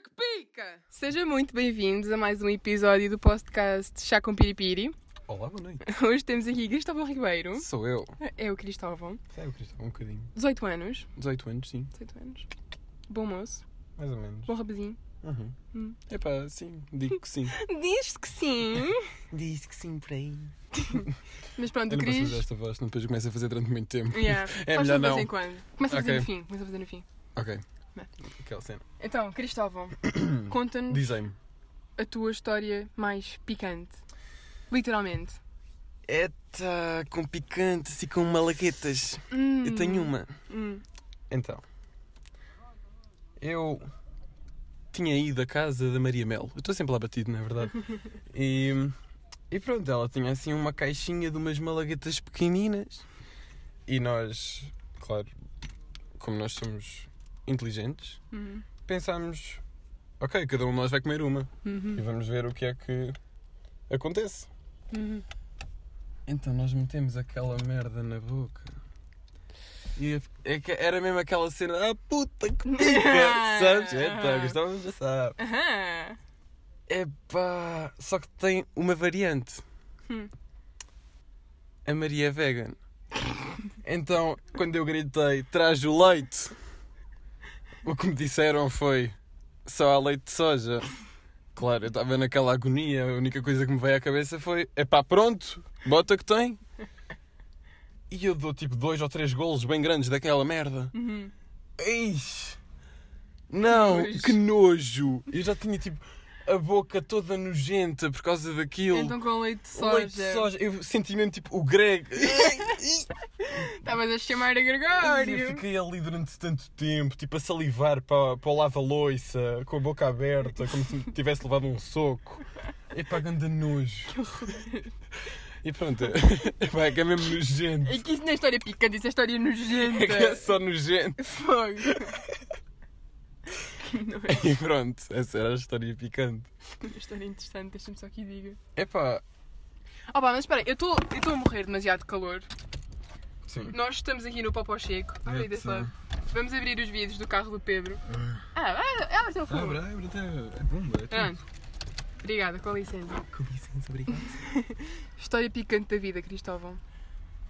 Dica! Sejam muito bem-vindos a mais um episódio do podcast Chá com Piripiri. Olá, boa noite. Hoje temos aqui Cristóvão Ribeiro. Sou eu. É o Cristóvão. Sério, Cristóvão, um bocadinho. 18 anos. 18 anos, sim, 18 anos. Bom moço. mais ou menos. Bom rapazinho. Uhum. Hum. Epá, sim, digo que sim. Diz que sim. Diz que sim por aí. Mas pronto, Eu o não posso fazer Cris... esta voz, senão depois eu começo a fazer durante muito tempo. Yeah, É faz melhor de vez não. em quando. Começa a fazer Ok. no fim. Começa a fazer no fim. Ok. Não. Aquela cena. Então, Cristóvão, conta-nos Dizem-me. a tua história mais picante. Literalmente. Eta, com picantes e com malaguetas. Hum, uma. hum. Então. Eu tinha ido à casa da Maria Mel. Eu estou sempre lá batido, na verdade. E, e pronto, ela tinha assim uma caixinha de umas malaguetas pequeninas. E nós, claro, como nós somos inteligentes, Uhum. pensámos: ok, cada um de nós vai comer uma e Uhum. vamos ver o que é que acontece. Uhum. Então nós metemos aquela merda na boca. E é que era mesmo aquela cena, ah puta que pica! Sabes? Então, Gustavo já sabe. Aham. Epá, só que tem uma variante. Hum. A Maria é vegan. Então, quando eu gritei, traz o leite, o que me disseram foi, só há leite de soja. Claro, eu estava naquela agonia, a única coisa que me veio à cabeça foi, epá, pronto, bota que tem. E eu dou tipo dois ou três golos bem grandes daquela merda. Uhum. Eish! Não, nojo. que nojo! Eu já tinha tipo a boca toda nojenta por causa daquilo. Então com leite de O leite de soja. soja. Eu senti mesmo tipo o Greg. Estavas a chamar a eu Gregório. fiquei ali durante tanto tempo, tipo a salivar para, para o lava-loiça, com a boca aberta, como se me tivesse levado um soco. É pagando nojo. E pronto, epá, é que é mesmo nojento. É que isso não é história picante, isso é história É que é nojenta. só nojento. Fogo. Que nojo. E pronto, essa era a história picante. Uma história interessante, deixa-me só que diga. Epá, Ah pá, mas espera, eu estou eu estou a morrer demasiado de calor. sim. Nós estamos aqui no Popó Checo. Ai, Eita. desse lado. Vamos abrir os vidros do carro do Pedro. Ah, ah, ah, mas é o fumo. abre, até. É bomba, é Pronto. Obrigada, com licença. Com licença, obrigado. História picante da vida, Cristóvão.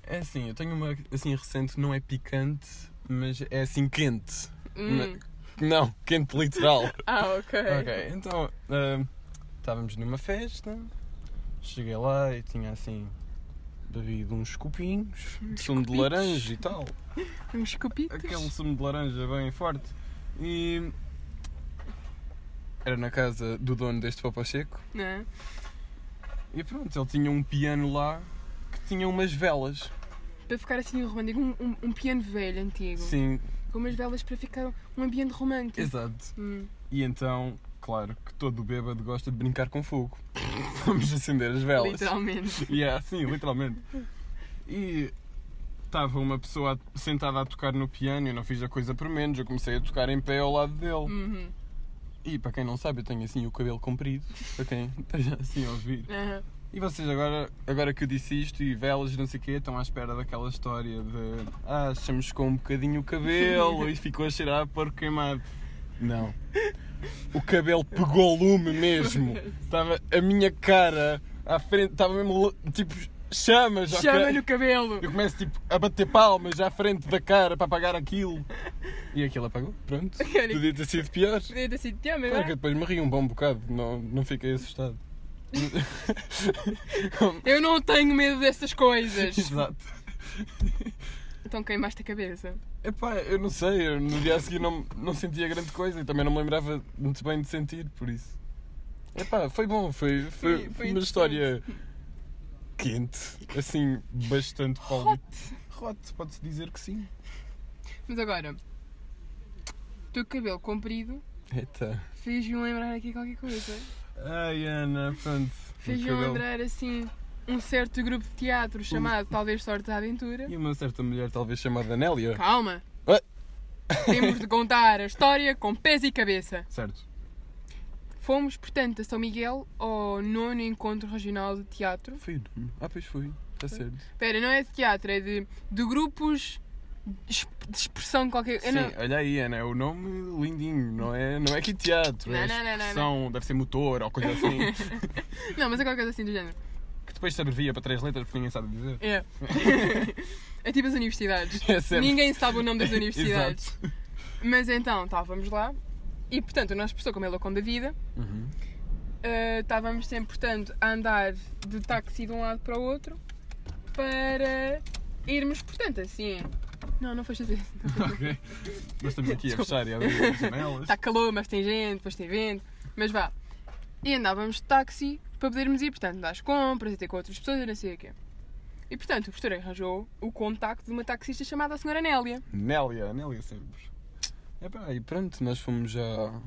É assim, eu tenho uma assim recente, não é picante, mas é assim quente. Hum. Não, quente literal. Ah, ok. ok, então. ahm, estávamos numa festa, cheguei lá e tinha assim. bebido uns copinhos, um sumo de copinhos. laranja e tal. Uns copitos. Aquele sumo de laranja bem forte. E. Era na casa do dono deste Papa Seco. Não. é? E pronto, ele tinha um piano lá que tinha umas velas. Para ficar assim romântico, um, um, um piano velho, antigo. Sim, Com umas velas para ficar um ambiente romântico. exato. Hum. E então, claro que todo bêbado gosta de brincar com fogo. Vamos acender as velas. Literalmente. Yeah, sim, literalmente. E estava uma pessoa sentada a tocar no piano, eu não fiz a coisa por menos, eu comecei a tocar em pé ao lado dele. Uhum. E para quem não sabe, eu tenho assim o cabelo comprido, para quem esteja assim a ouvir. Aham. E vocês agora, agora que eu disse isto e velas e não sei o quê, estão à espera daquela história de ah, chamuscou um bocadinho o cabelo e ficou a cheirar a porco queimado. Não. O cabelo pegou lume mesmo. Estava a minha cara à frente, estava mesmo tipo chamas. ok? Chama-lhe o cabelo. é- Eu começo tipo a bater palmas à frente da cara para apagar aquilo. E aquilo apagou, pronto. Olha. Podia ter sido pior. Podia ter sido tema, Claro que não é? eu depois me ri um bom bocado, não, não fiquei assustado. Eu não tenho medo dessas coisas. Exato. então queimaste a cabeça. Epá, eu não sei, eu no dia a seguir não, não sentia grande coisa e também não me lembrava muito bem de sentir, por isso. Epá, foi bom, foi, foi, Foi- foi uma interessante. história quente, assim, bastante pálida. Hot, pode-se dizer que sim. Mas agora, o teu cabelo comprido Eita. fez-me lembrar aqui qualquer coisa. Ai, Ana, pronto. o Fez-me cabelo. Uhum. lembrar assim um certo grupo de teatro chamado Talvez Sorte da Aventura. E uma certa mulher, talvez chamada Nélia. Calma! Ah. Temos de contar a história com pés e cabeça. Certo. Fomos, portanto, a São Miguel ao nono encontro regional de teatro. Foi o nome. Ah, pois foi. Está certo. Espera, não é de teatro, é de, de grupos ex- de expressão qualquer. Eu Sim, não- olha aí, Ana, é o nome lindinho, não é, não é kiteado. Não, é não, não, não, expressão, deve ser motor ou coisa assim. Não, mas é qualquer coisa assim do género. que depois se abrevia para três letras porque ninguém sabe dizer. É. é tipo as universidades. É sempre. Ninguém sabe o nome das universidades. Exato. mas então, estávamos lá. E portanto, o nosso professor, como ele é o cão da vida, Uhum. eh, estávamos sempre, portanto, a andar de táxi de um lado para o outro para irmos, portanto, assim. Não, não foste dizer. ok. Nós estamos aqui a fechar e a abrir as janelas. Está Tá calor, mas tem gente, depois tem vento, mas vá. E andávamos de táxi para podermos ir, portanto, dar as compras e ter com outras pessoas e não sei o quê. E portanto, o professor arranjou o contacto de uma taxista chamada a Senhora Nélia. Nélia, Nélia sempre. Epá, e pronto, nós fomos já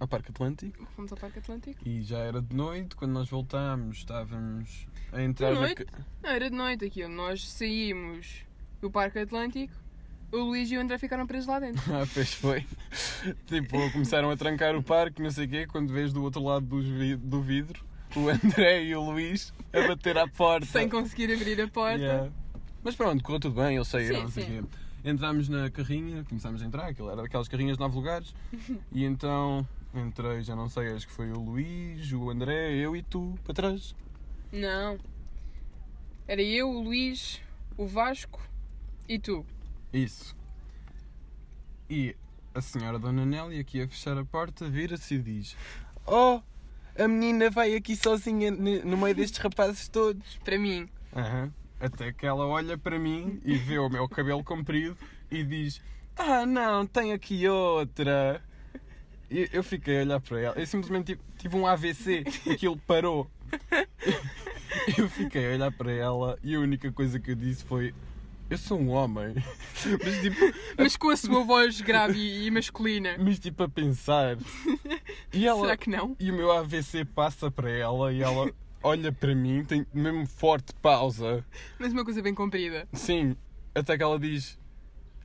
ao Parque Atlântico Fomos ao Parque Atlântico. e já era de noite. Quando nós voltámos, estávamos a entrar De na noite? ca- Não, era de noite aquilo. Nós saímos do Parque Atlântico, o Luís e o André ficaram presos lá dentro. Ah, pois foi. tipo, começaram a trancar o parque, não sei o quê, quando vês do outro lado dos vi- do vidro o André e o Luís a bater à porta. sem conseguir abrir a porta. Yeah. Mas pronto, correu tudo bem, eu sei, Sim, não sei o quê. Entramos na carrinha, começámos a entrar, aquilo era daquelas carrinhas de nove lugares, e então entrei, já não sei, acho que foi o Luís, o André, eu e tu para trás. Não. Era eu, o Luís, o Vasco e tu. Isso. E a senhora Dona Nélia, que ia fechar a porta, vira-se e diz: Oh, a menina vai aqui sozinha ne- no meio destes rapazes todos. Para mim. Aham. Até que ela olha para mim e vê o meu cabelo comprido e diz: Ah, não, tem aqui outra. E eu fiquei a olhar para ela. Eu simplesmente tive, tive um AVC, aquilo parou. Eu fiquei a olhar para ela e a única coisa que eu disse foi: Eu sou um homem. Mas tipo, Mas com a sua voz grave e e masculina. mas tipo a pensar. E ela Será que não? e o meu AVC passa para ela e ela olha para mim, tem mesmo forte pausa. Mas uma coisa bem comprida. Sim, até que ela diz: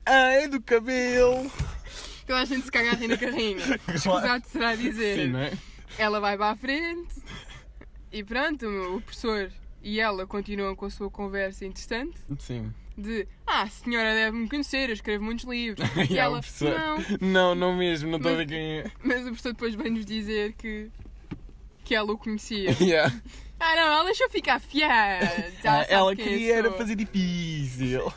Ah, é do cabelo. Toda a gente se caga assim na carrinha. Exato, será dizer. Sim, não é? Ela vai para a frente e pronto, o professor e ela continuam com a sua conversa interessante Sim. de Ah, a senhora deve-me conhecer, eu escrevo muitos livros. E E há o ela, professor. não. Não, não mesmo, não estou a ver Mas- quem é. Mas o professor depois vem-nos dizer que, que ela o conhecia. Yeah. Ah não, ela deixou ficar fiada. Ah, ela quem é eu queria era sou. fazer difícil.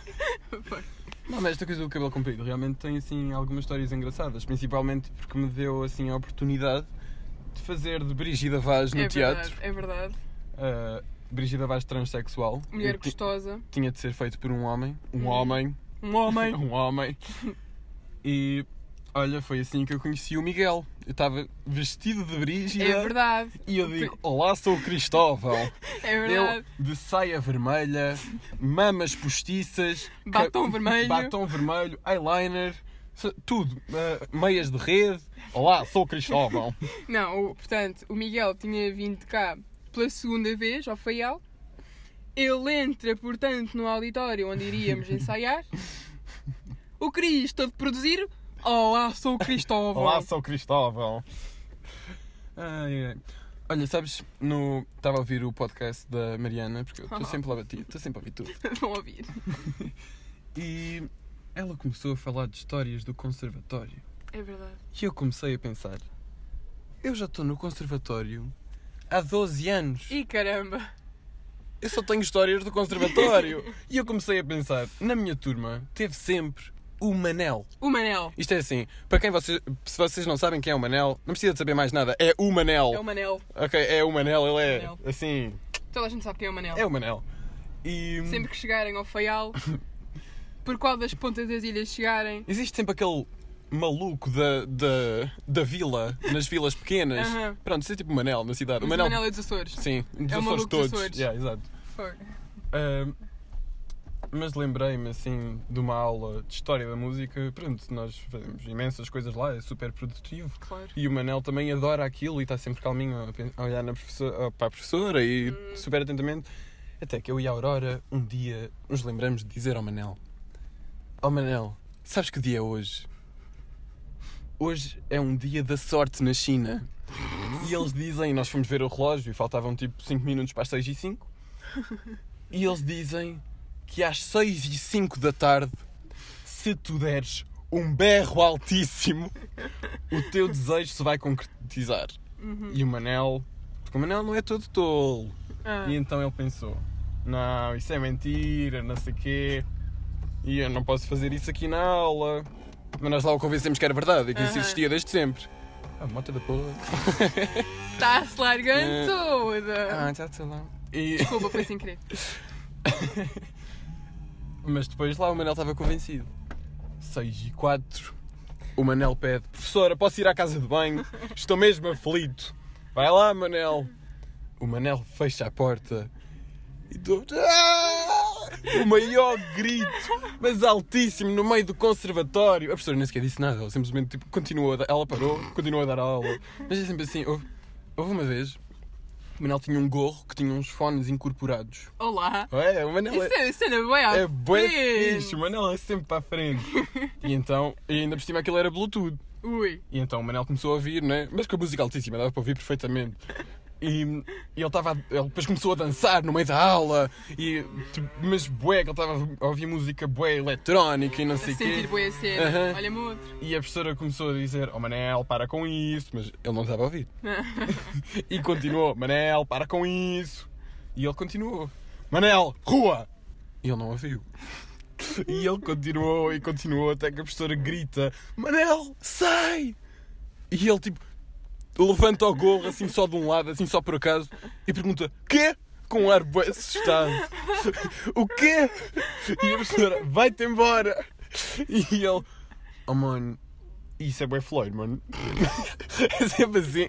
Não, mas esta coisa do cabelo comprido realmente tem assim algumas histórias engraçadas, principalmente porque me deu assim a oportunidade de fazer de Brigida Vaz no é teatro. Verdade, é verdade. Uh, Brigida Vaz transexual. Mulher Eu ti- gostosa. Tinha de ser feito por um homem. Um Hum. homem. Um homem. Um homem. E olha, foi assim que eu conheci o Miguel. Eu estava vestido de Brigida. É verdade, E eu digo: Olá, sou o Cristóvão. é eu verdade. de saia vermelha, mamas postiças, Batom ca- vermelho. batom vermelho, eyeliner, se- tudo. Uh, meias de rede. Olá, sou o Cristóvão. Não, o- portanto, o Miguel tinha vindo cá pela segunda vez ao Faial. Ele entra, portanto, no auditório onde iríamos ensaiar. O Cris todo produzir. Olá, sou o Cristóvão. Olá, sou o Cristóvão. Ai, ai. Olha, sabes, no... estava a ouvir o podcast da Mariana, porque eu estou Ah. sempre lá batido, estou sempre a ouvir tudo. Vão ouvir. E ela começou a falar de histórias do conservatório. É verdade. E eu comecei a pensar: eu já estou no conservatório há 12 anos. E caramba. Eu só tenho histórias do conservatório. e eu comecei a pensar: na minha turma teve sempre o Manel. O Manel. Isto é assim, para quem vocês, se vocês não sabem quem é o Manel, não precisa de saber mais nada, é o Manel. É o Manel. Ok, é o Manel, ele é Manel. assim. Toda a gente sabe quem é o Manel. É o Manel. E hum, Sempre que chegarem ao Faial, por qual das pontas das ilhas chegarem. existe sempre aquele maluco da, da, da vila, nas vilas pequenas. Aham. Pronto, isso é tipo o Manel na cidade. Mas o Manel é dos Açores. Sim, dos É o Açores maluco dos todos. Açores. Yeah, exato. Fogo. Ahm, mas lembrei-me assim de uma aula de história da música. Pronto, nós fazemos imensas coisas lá, é super produtivo. Claro. E o Manel também adora aquilo e está sempre calminho a pen- a olhar na professora- para a professora e super atentamente. Até que eu e a Aurora um dia nos lembramos de dizer ao Manel: Ó Manel, sabes que dia é hoje? Hoje é um dia da sorte na China. E eles dizem: Nós fomos ver o relógio e faltavam tipo 5 minutos para as 6 e 5. E eles dizem que às 6 e 5 da tarde se tu deres um berro altíssimo, o teu desejo se vai concretizar. Uhum. E o Manel, porque o Manel não é todo tolo. Ah, E então ele pensou: não, isso é mentira, não sei quê. E eu não posso fazer isso aqui na aula. Mas nós lá o convencemos que era verdade e que isso Aham. existia desde sempre. Ah, moto da porra. Está-se largando É. toda. Ah, já sei lá. E... Desculpa, foi sem querer. Mas depois lá o Manel estava convencido. 6 e 4. O Manel pede: Professora, posso ir à casa de banho? Estou mesmo aflito. Vai lá, Manel. O Manel fecha a porta e dou Ah! o maior grito, mas altíssimo, no meio do conservatório. A professora nem sequer disse nada, ela simplesmente tipo, continuou a dar. Ela parou, continuou a dar a aula. Mas é sempre assim: houve, houve uma vez, o Manel tinha um gorro que tinha uns fones incorporados. Olá. É, o Manel é- Isso é cena bué à é bué frente. fixe, o Manel é sempre para a frente. e então, e ainda por cima aquilo era Bluetooth. Ui. E então o Manel começou a ouvir, né? Mas com a música altíssima, dava para ouvir perfeitamente. E, e ele estava. a- Ele depois começou a dançar no meio da aula. E, tipo, mas bué, que ele estava a ouvir música bué eletrónica e não sei o quê. Sentir bué a cena. Aham. Olha-me é, outro. E a professora começou a dizer: Oh Manel, para com isso. Mas ele não estava a ouvir. E continuou: Manel, para com isso. E ele continuou: Manel, rua! E ele não ouviu. E ele continuou e continuou até que a professora grita: Manel, sai! E ele tipo levanta o gorro assim só de um lado, assim só por acaso, e pergunta: Quê? Com um ar bem assustado: O quê? E a professora: Vai-te embora! E ele: Oh mano, isso é bem Floyd, mano. É sempre assim.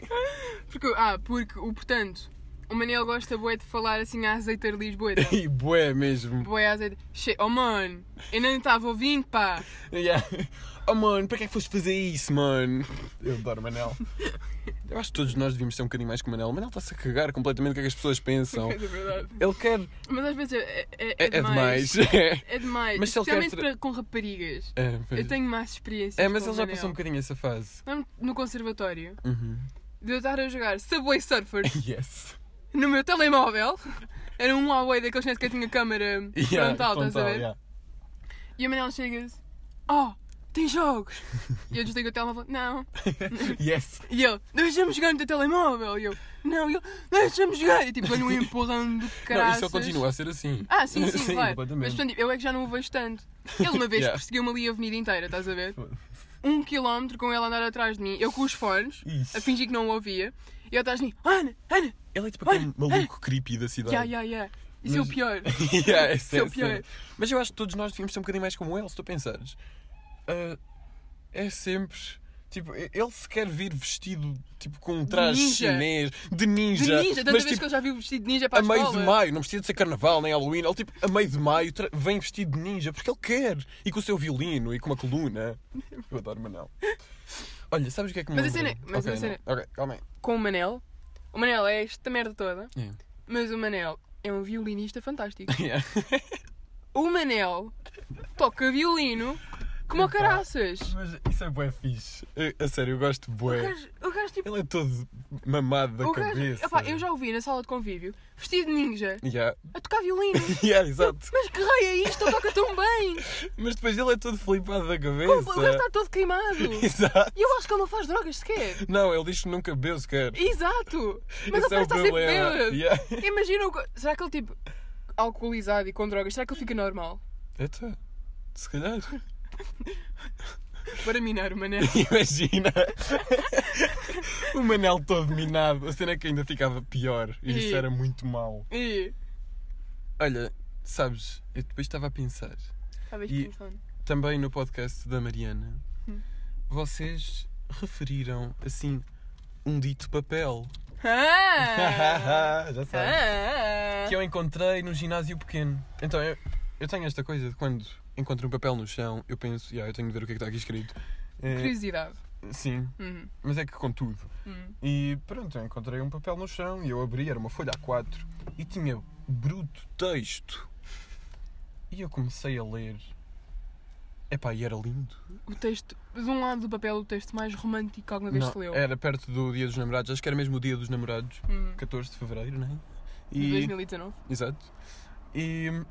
Porque, ah, porque o portanto, o Manel gosta bué de falar assim a azeiteira lisboeta. E bué mesmo. Bué a azeite. Che... Oh mano, eu não estava ouvindo, pá. Yeah. Oh mano, para que é que foste fazer isso, mano? Eu adoro o Manel. Eu acho que todos nós devíamos ser um bocadinho mais que o Manel. O Manel está-se a cagar completamente o que é que as pessoas pensam. É verdade. Ele quer. Mas às vezes é, é, é, É, é demais. É. É demais. Mas se ele quer Especialmente tra- para- com raparigas. É, pois. Eu tenho mais experiência. É, mas ele já passou um bocadinho essa fase. bocadinho. No conservatório, Uhum. de eu estar a jogar Subway Surfers Yes. no meu telemóvel. Era um Huawei daqueles que nem sequer tinha câmara Yeah, frontal, estás a ver? yeah. E a Manel chega-se: Oh, tem jogos! e eu desligo o telemóvel: Não. Yes. E ele: Deixa-me jogar no teu telemóvel! E eu: Não. E ele: Deixa-me jogar! E tipo, dou-lhe um empurrão de Não, caraças. isso ele continua a ser assim. Ah, sim, sim, claro. Mas completamente. portanto, eu é que já não o vejo tanto. Ele uma vez Yeah. perseguiu-me ali a avenida inteira, estás a ver? Um quilómetro com ele a andar atrás de mim, eu com os fones, Isso. a fingir que não o ouvia, e ele atrás de mim, Ana, Ana, Ele é tipo aquele maluco creepy da cidade. ya, ya, ya. Isso é Mas- o pior. yeah, é Isso é o sério, sério. pior. Mas eu acho que todos nós devíamos ser um bocadinho mais como ele, se tu pensares. Ah, é sempre. Tipo, e- ele se quer vir vestido tipo com um traje ninja. chinês, de ninja. De ninja, tanta vez mas tipo, que ele já viu vestido de ninja para a a meio de escola. maio, não precisa de ser carnaval nem Halloween, ele tipo, a meio de maio tra- vem vestido de ninja porque ele quer. E com o seu violino e com uma coluna. Eu adoro Manel. Olha, sabes o que é que me Mas a lembrei? cena- mas Ok, a não. cena- Ok, calma aí. Com o Manel, o Manel é esta merda toda, Yeah. mas o Manel é um violinista fantástico. Yeah. O Manel toca violino como o caraças. Mas isso é bué fixe. Eu- a sério, eu O gosto bué. gajo, o gajo, tipo, Ele é todo mamado da O gajo- cabeça. epá, eu já ouvi na sala de convívio, vestido de ninja, Yeah. a tocar violino. Yeah, exato. Mas que raio é isto? Ele toca tão bem! Mas depois ele é todo flipado da Como- cabeça. O gajo está todo queimado! Exato. E eu acho que ele não faz drogas sequer! Não, ele diz que nunca bebeu sequer. Exato! Mas ele Esse é parece o estar sempre problema. bêbado! Yeah. Imagina o. co- Será que ele, tipo, alcoolizado e com drogas, será que ele fica normal? Eita, se calhar. Para minar o mané. Imagina. o Manel todo minado. A cena é que ainda ficava pior. E isso E- era muito mau. E. Olha, sabes, eu depois estava a pensar. Talvez E- e... também no podcast da Mariana, Hum. vocês referiram assim um dito papel ah! já ah! que eu encontrei no ginásio pequeno. Então eu, eu tenho esta coisa de quando encontro um papel no chão, eu penso, "Ya, eu tenho de ver o que é que está aqui escrito. É, Curiosidade. sim, Uhum, mas é que com tudo. uhum. E pronto, eu encontrei um papel no chão e eu abri, era uma folha A4 e tinha bruto texto. E eu comecei a ler. Epá, e era lindo. O texto. De um lado do papel, o texto mais romântico que alguma vez Não, é. se leu. Era perto do Dia dos Namorados, acho que era mesmo o Dia dos Namorados, Uhum. 14 de Fevereiro, não é? De E, 2019. exato. E,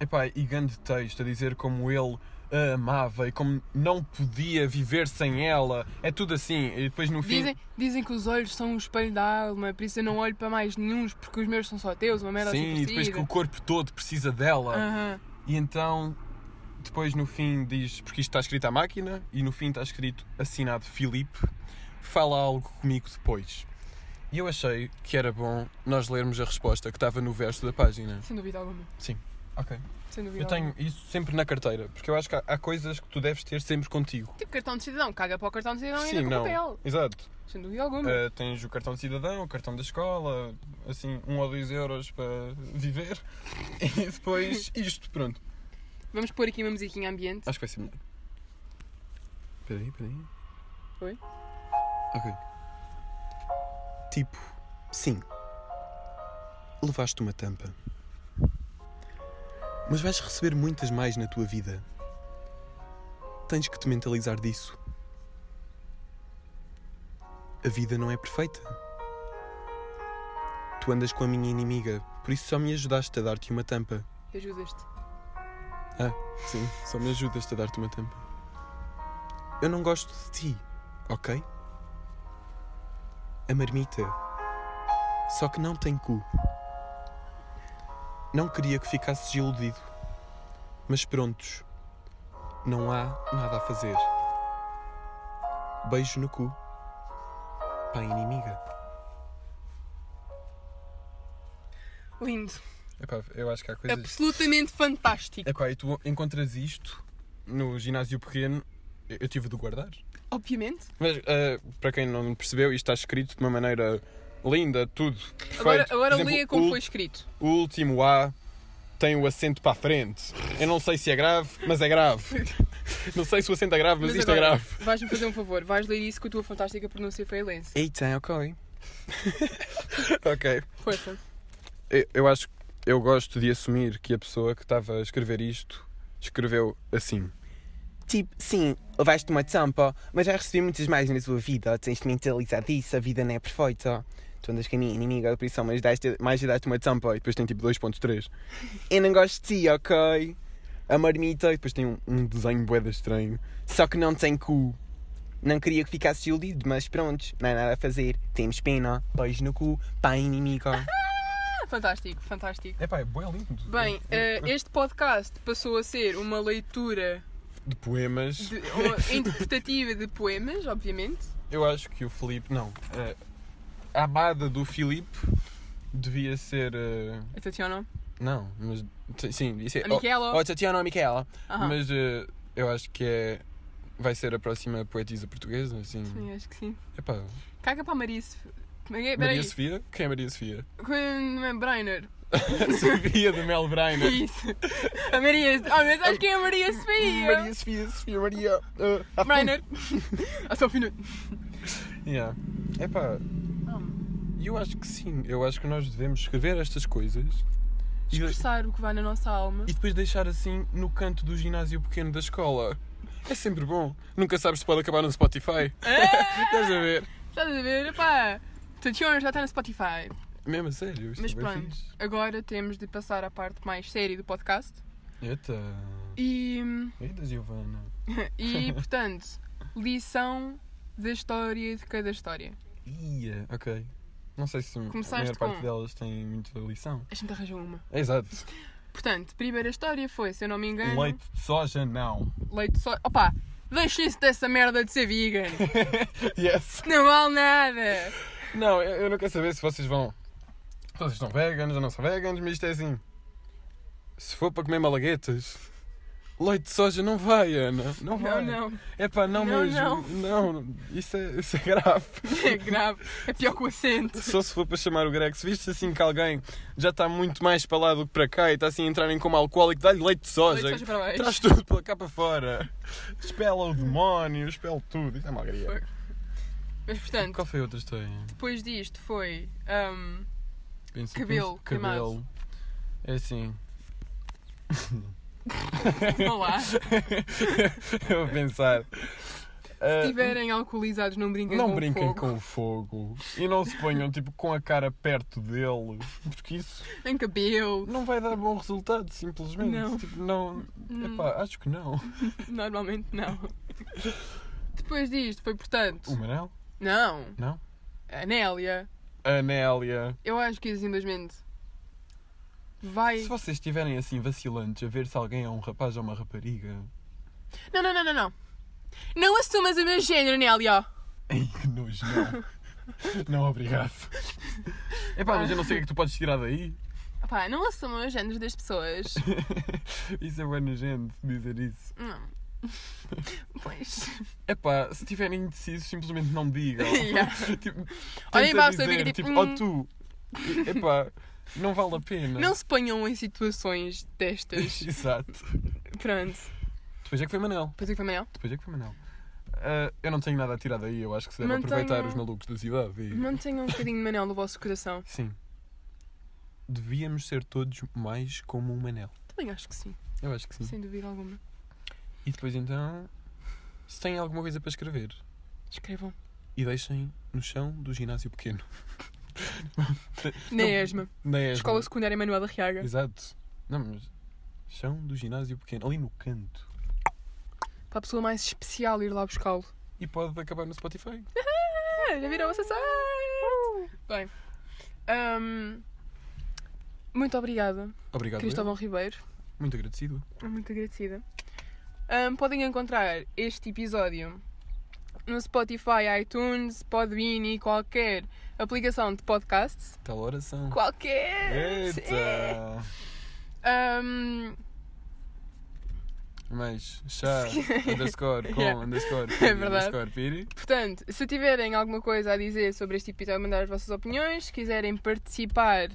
epá, e grande texto a dizer como ele a amava e como não podia viver sem ela. É tudo assim. E depois no fim. Dizem, dizem que os olhos são o espelho da alma, por isso eu não olho para mais nenhum, porque os meus são só teus, uma merda Ah. Sim, assim e depois que o corpo todo precisa dela. Aham. E então, depois no fim diz, porque isto está escrito à máquina, e no fim está escrito assinado Filipe, fala algo comigo depois. E eu achei que era bom nós lermos a resposta que estava no verso da página. Sem dúvida alguma. Ok. Sem dúvida Eu tenho isso sempre na carteira, porque eu acho que há, há coisas que tu deves ter sempre contigo. alguma. Tipo cartão de cidadão, caga para o cartão de cidadão e Sim, ainda com não. papel. Exato. Sem dúvida alguma. Uh, tens o cartão de cidadão, o cartão da escola, assim, um ou dois euros para viver. E depois isto, pronto. Vamos pôr aqui uma musiquinha ambiente. Acho que vai ser melhor. Espera aí, espera aí. Oi? Ok. Tipo, sim. Levaste uma tampa. Mas vais receber muitas mais na tua vida. Tens que te mentalizar disso. A vida não é perfeita. Tu andas com a minha inimiga, por isso só me ajudaste a dar-te uma tampa. Ajudas-te. Sim, só me ajudas a dar-te uma tampa. Eu não gosto de ti, ok? A marmita. Só que não tem cu. Não queria que ficasses iludido. Mas prontos. Não há nada a fazer. Beijo no cu. Pai inimiga. Lindo. eu acho que há Absolutamente fantástico. Epá, e tu encontras isto no ginásio pequeno. Eu eu tive de guardar. Obviamente. Mas eh, para quem não percebeu, isto está escrito de uma maneira linda, tudo perfeito. Agora, agora Por exemplo, leia como o, foi escrito. O último A tem o acento para a frente. Eu não sei se é grave, mas é grave. Não sei se o acento é grave, mas, isto é agora, grave. Vais-me fazer um favor, vais ler isso com a tua fantástica pronúncia frailense. Eita, ok. ok. Força. Eu, eu acho eu gosto de assumir que a pessoa que estava a escrever isto escreveu assim. Tipo, sim, levaste uma tampa, mas já recebi muitas mais na tua vida. Tens de mentalizar disso, a vida não é perfeita. Tu andas com a minha inimiga, por isso mas daste, mais lhe daste uma tampa e depois tem tipo 2.3. Eu não gosto de ti, ok? A marmita e depois tem um, um desenho boeda estranho. Só que não tem cu. Não queria que ficasses iludido, mas pronto, não há nada a fazer. Temos pena, beijo no cu, pai inimigo. Ah, fantástico, fantástico. É pá, é bué lindo. Bem, eh, este podcast passou a ser uma leitura De poemas, de- uma interpretativa de poemas, obviamente. eu acho que o Filipe. Não. eh, a amada do Filipe devia ser. eh, A Tatiana. não, mas. t- Sim, isso é. A Ah, oh, Micaela. oh, Tatiana ou Micaela. Aham. Mas eh, eu acho que é. Vai ser a próxima poetisa portuguesa, assim. Sim, acho que sim. Epá, Caga para a Maria Sofia. Como é que é? Peraí. Maria Sofia? Quem é Maria Sofia? Com- Brainer. Sofia de Mel Brainer. Isso. A Maria. Ah, mas acho que é a Maria Sofia. Maria Sofia, Sofia Maria. eh, Afonso. Brainer. um A Sofia. Nunes. Yeah. Epá, eu acho que sim. Eu acho que nós devemos escrever estas coisas e, Expressar o que vai na nossa alma. e depois deixar assim no canto do ginásio pequeno da escola. É sempre bom. Nunca sabes se pode acabar no Spotify. É. Estás a ver? Estás a ver? Pá, Tatiana já está no Spotify. Mesmo a sério, isto Mas é bem pronto, fixe. agora temos de passar à parte mais séria do podcast. Eita. E, Eita, Giovana. e portanto, lição da história de cada história. Ia, ok. Não sei se a Começaste maior parte com- delas tem muita lição. É, A gente arranjou uma. Exato. Um Portanto, primeira história foi, se eu não me engano, leite, Leite de soja, não. só. Opa, deixem-se dessa merda de ser vegan. Yes. não vale nada. Não, eu, eu não quero saber se vocês vão. se Vocês são veganos ou não são veganos, mas isto é assim. Se for para comer malaguetas, leite de soja não vai, Ana. Não, Não vai. não. É pá, não, Não, mesmo. Não, isso, é, isso é grave. É grave. É pior que o acento. Só se for para chamar o Greg. Se viste assim que alguém já está muito mais para lá do que para cá e está assim a entrarem como alcoólico, dá-lhe leite de soja. Leite de soja para baixo. Traz tudo para cá para fora. Espela o demónio, espela tudo. Isso é uma alegria. Foi. Mas portanto, Qual foi a outra história? depois disto foi. hum, Penso- Cabelo, penso- cabelo. É assim. Olá. eu a pensar. Ah, Se estiverem alcoolizados, não brinquem não com brinquem fogo. com o fogo e não se ponham tipo com a cara perto dele, porque isso Nem cabelo. não vai dar bom resultado, simplesmente. Não. Tipo, não. Hum, Epá, acho que não. Normalmente não. Depois disto, foi portanto. O Manel? Não. Não? A Nélia, A Nélia. eu acho que simplesmente vai. Se vocês estiverem assim vacilantes a ver se alguém é um rapaz ou uma rapariga. Não, não, não, não, não. Não assumas o meu género, Nélia. Ai, que nojo, não. não, obrigado. Epá, mas eu não sei o que é que tu podes tirar daí. Pá, não assumam os géneros das pessoas. isso é bueno, gente, dizer isso. Não. Pois. Epá, se estiverem indecisos, simplesmente não me digam. Yeah. tipo, Olhem tenta para a pessoa e dizer, fiquem tipo, tipo, ou "Hum." tu. Epá, não vale a pena. Não se ponham em situações destas. Exato. Pronto. Depois é que foi Manel. Depois é que foi Manel. Depois é que foi Manel. Ah, eu não tenho nada a tirar daí, eu acho que se deve Mantenham- aproveitar os malucos da cidade. e- Mantenham um bocadinho de Manel no vosso coração. Sim. Devíamos ser todos mais como um Manel. Também acho que sim, Eu acho que sim. sem dúvida alguma. E depois então, se têm alguma coisa para escrever, Escrevam. e deixem no chão do ginásio pequeno. Na Não, ESMA. Na ESMA. Escola Secundária Manuel da Riaga. Exato. Não, mas chão do ginásio pequeno, ali no canto. Para a pessoa mais especial ir lá buscá-lo. E pode acabar no Spotify. Ah, já viram essa sorte? Bem. hum, muito obrigada, Obrigado. Leo. Cristóvão Ribeiro. Muito agradecido. Muito agradecida. Hum, podem encontrar este episódio no Spotify, iTunes, Podbean e qualquer aplicação de podcasts. Tal oração. Qualquer! Sim. Eita! Hum, Mas chá, underscore, com, Yeah. underscore, piri, É verdade. underscore, piri. Portanto, se tiverem alguma coisa a dizer sobre este episódio, mandar as vossas opiniões, se quiserem participar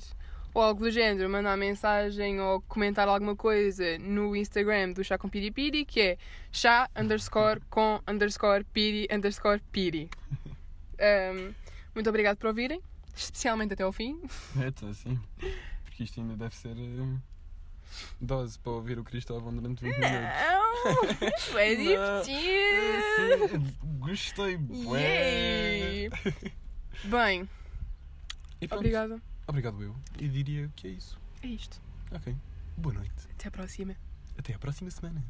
ou algo do género, mandar mensagem ou comentar alguma coisa no Instagram do Chá com Piri Piri, que é chá underscore com underscore piri underscore piri. Ahm, muito obrigado por ouvirem, especialmente até ao fim. Eita, sim. Porque isto ainda deve ser hum, dose para ouvir o Cristóvão durante 20 minutos. Não! Isto é Não. É divertido! Sim, Gostei, bué. Yay! Bem, E pronto. obrigada. Obrigado, eu. E diria que é isso. É isto. Ok. Boa noite. Até à próxima. Até à próxima semana.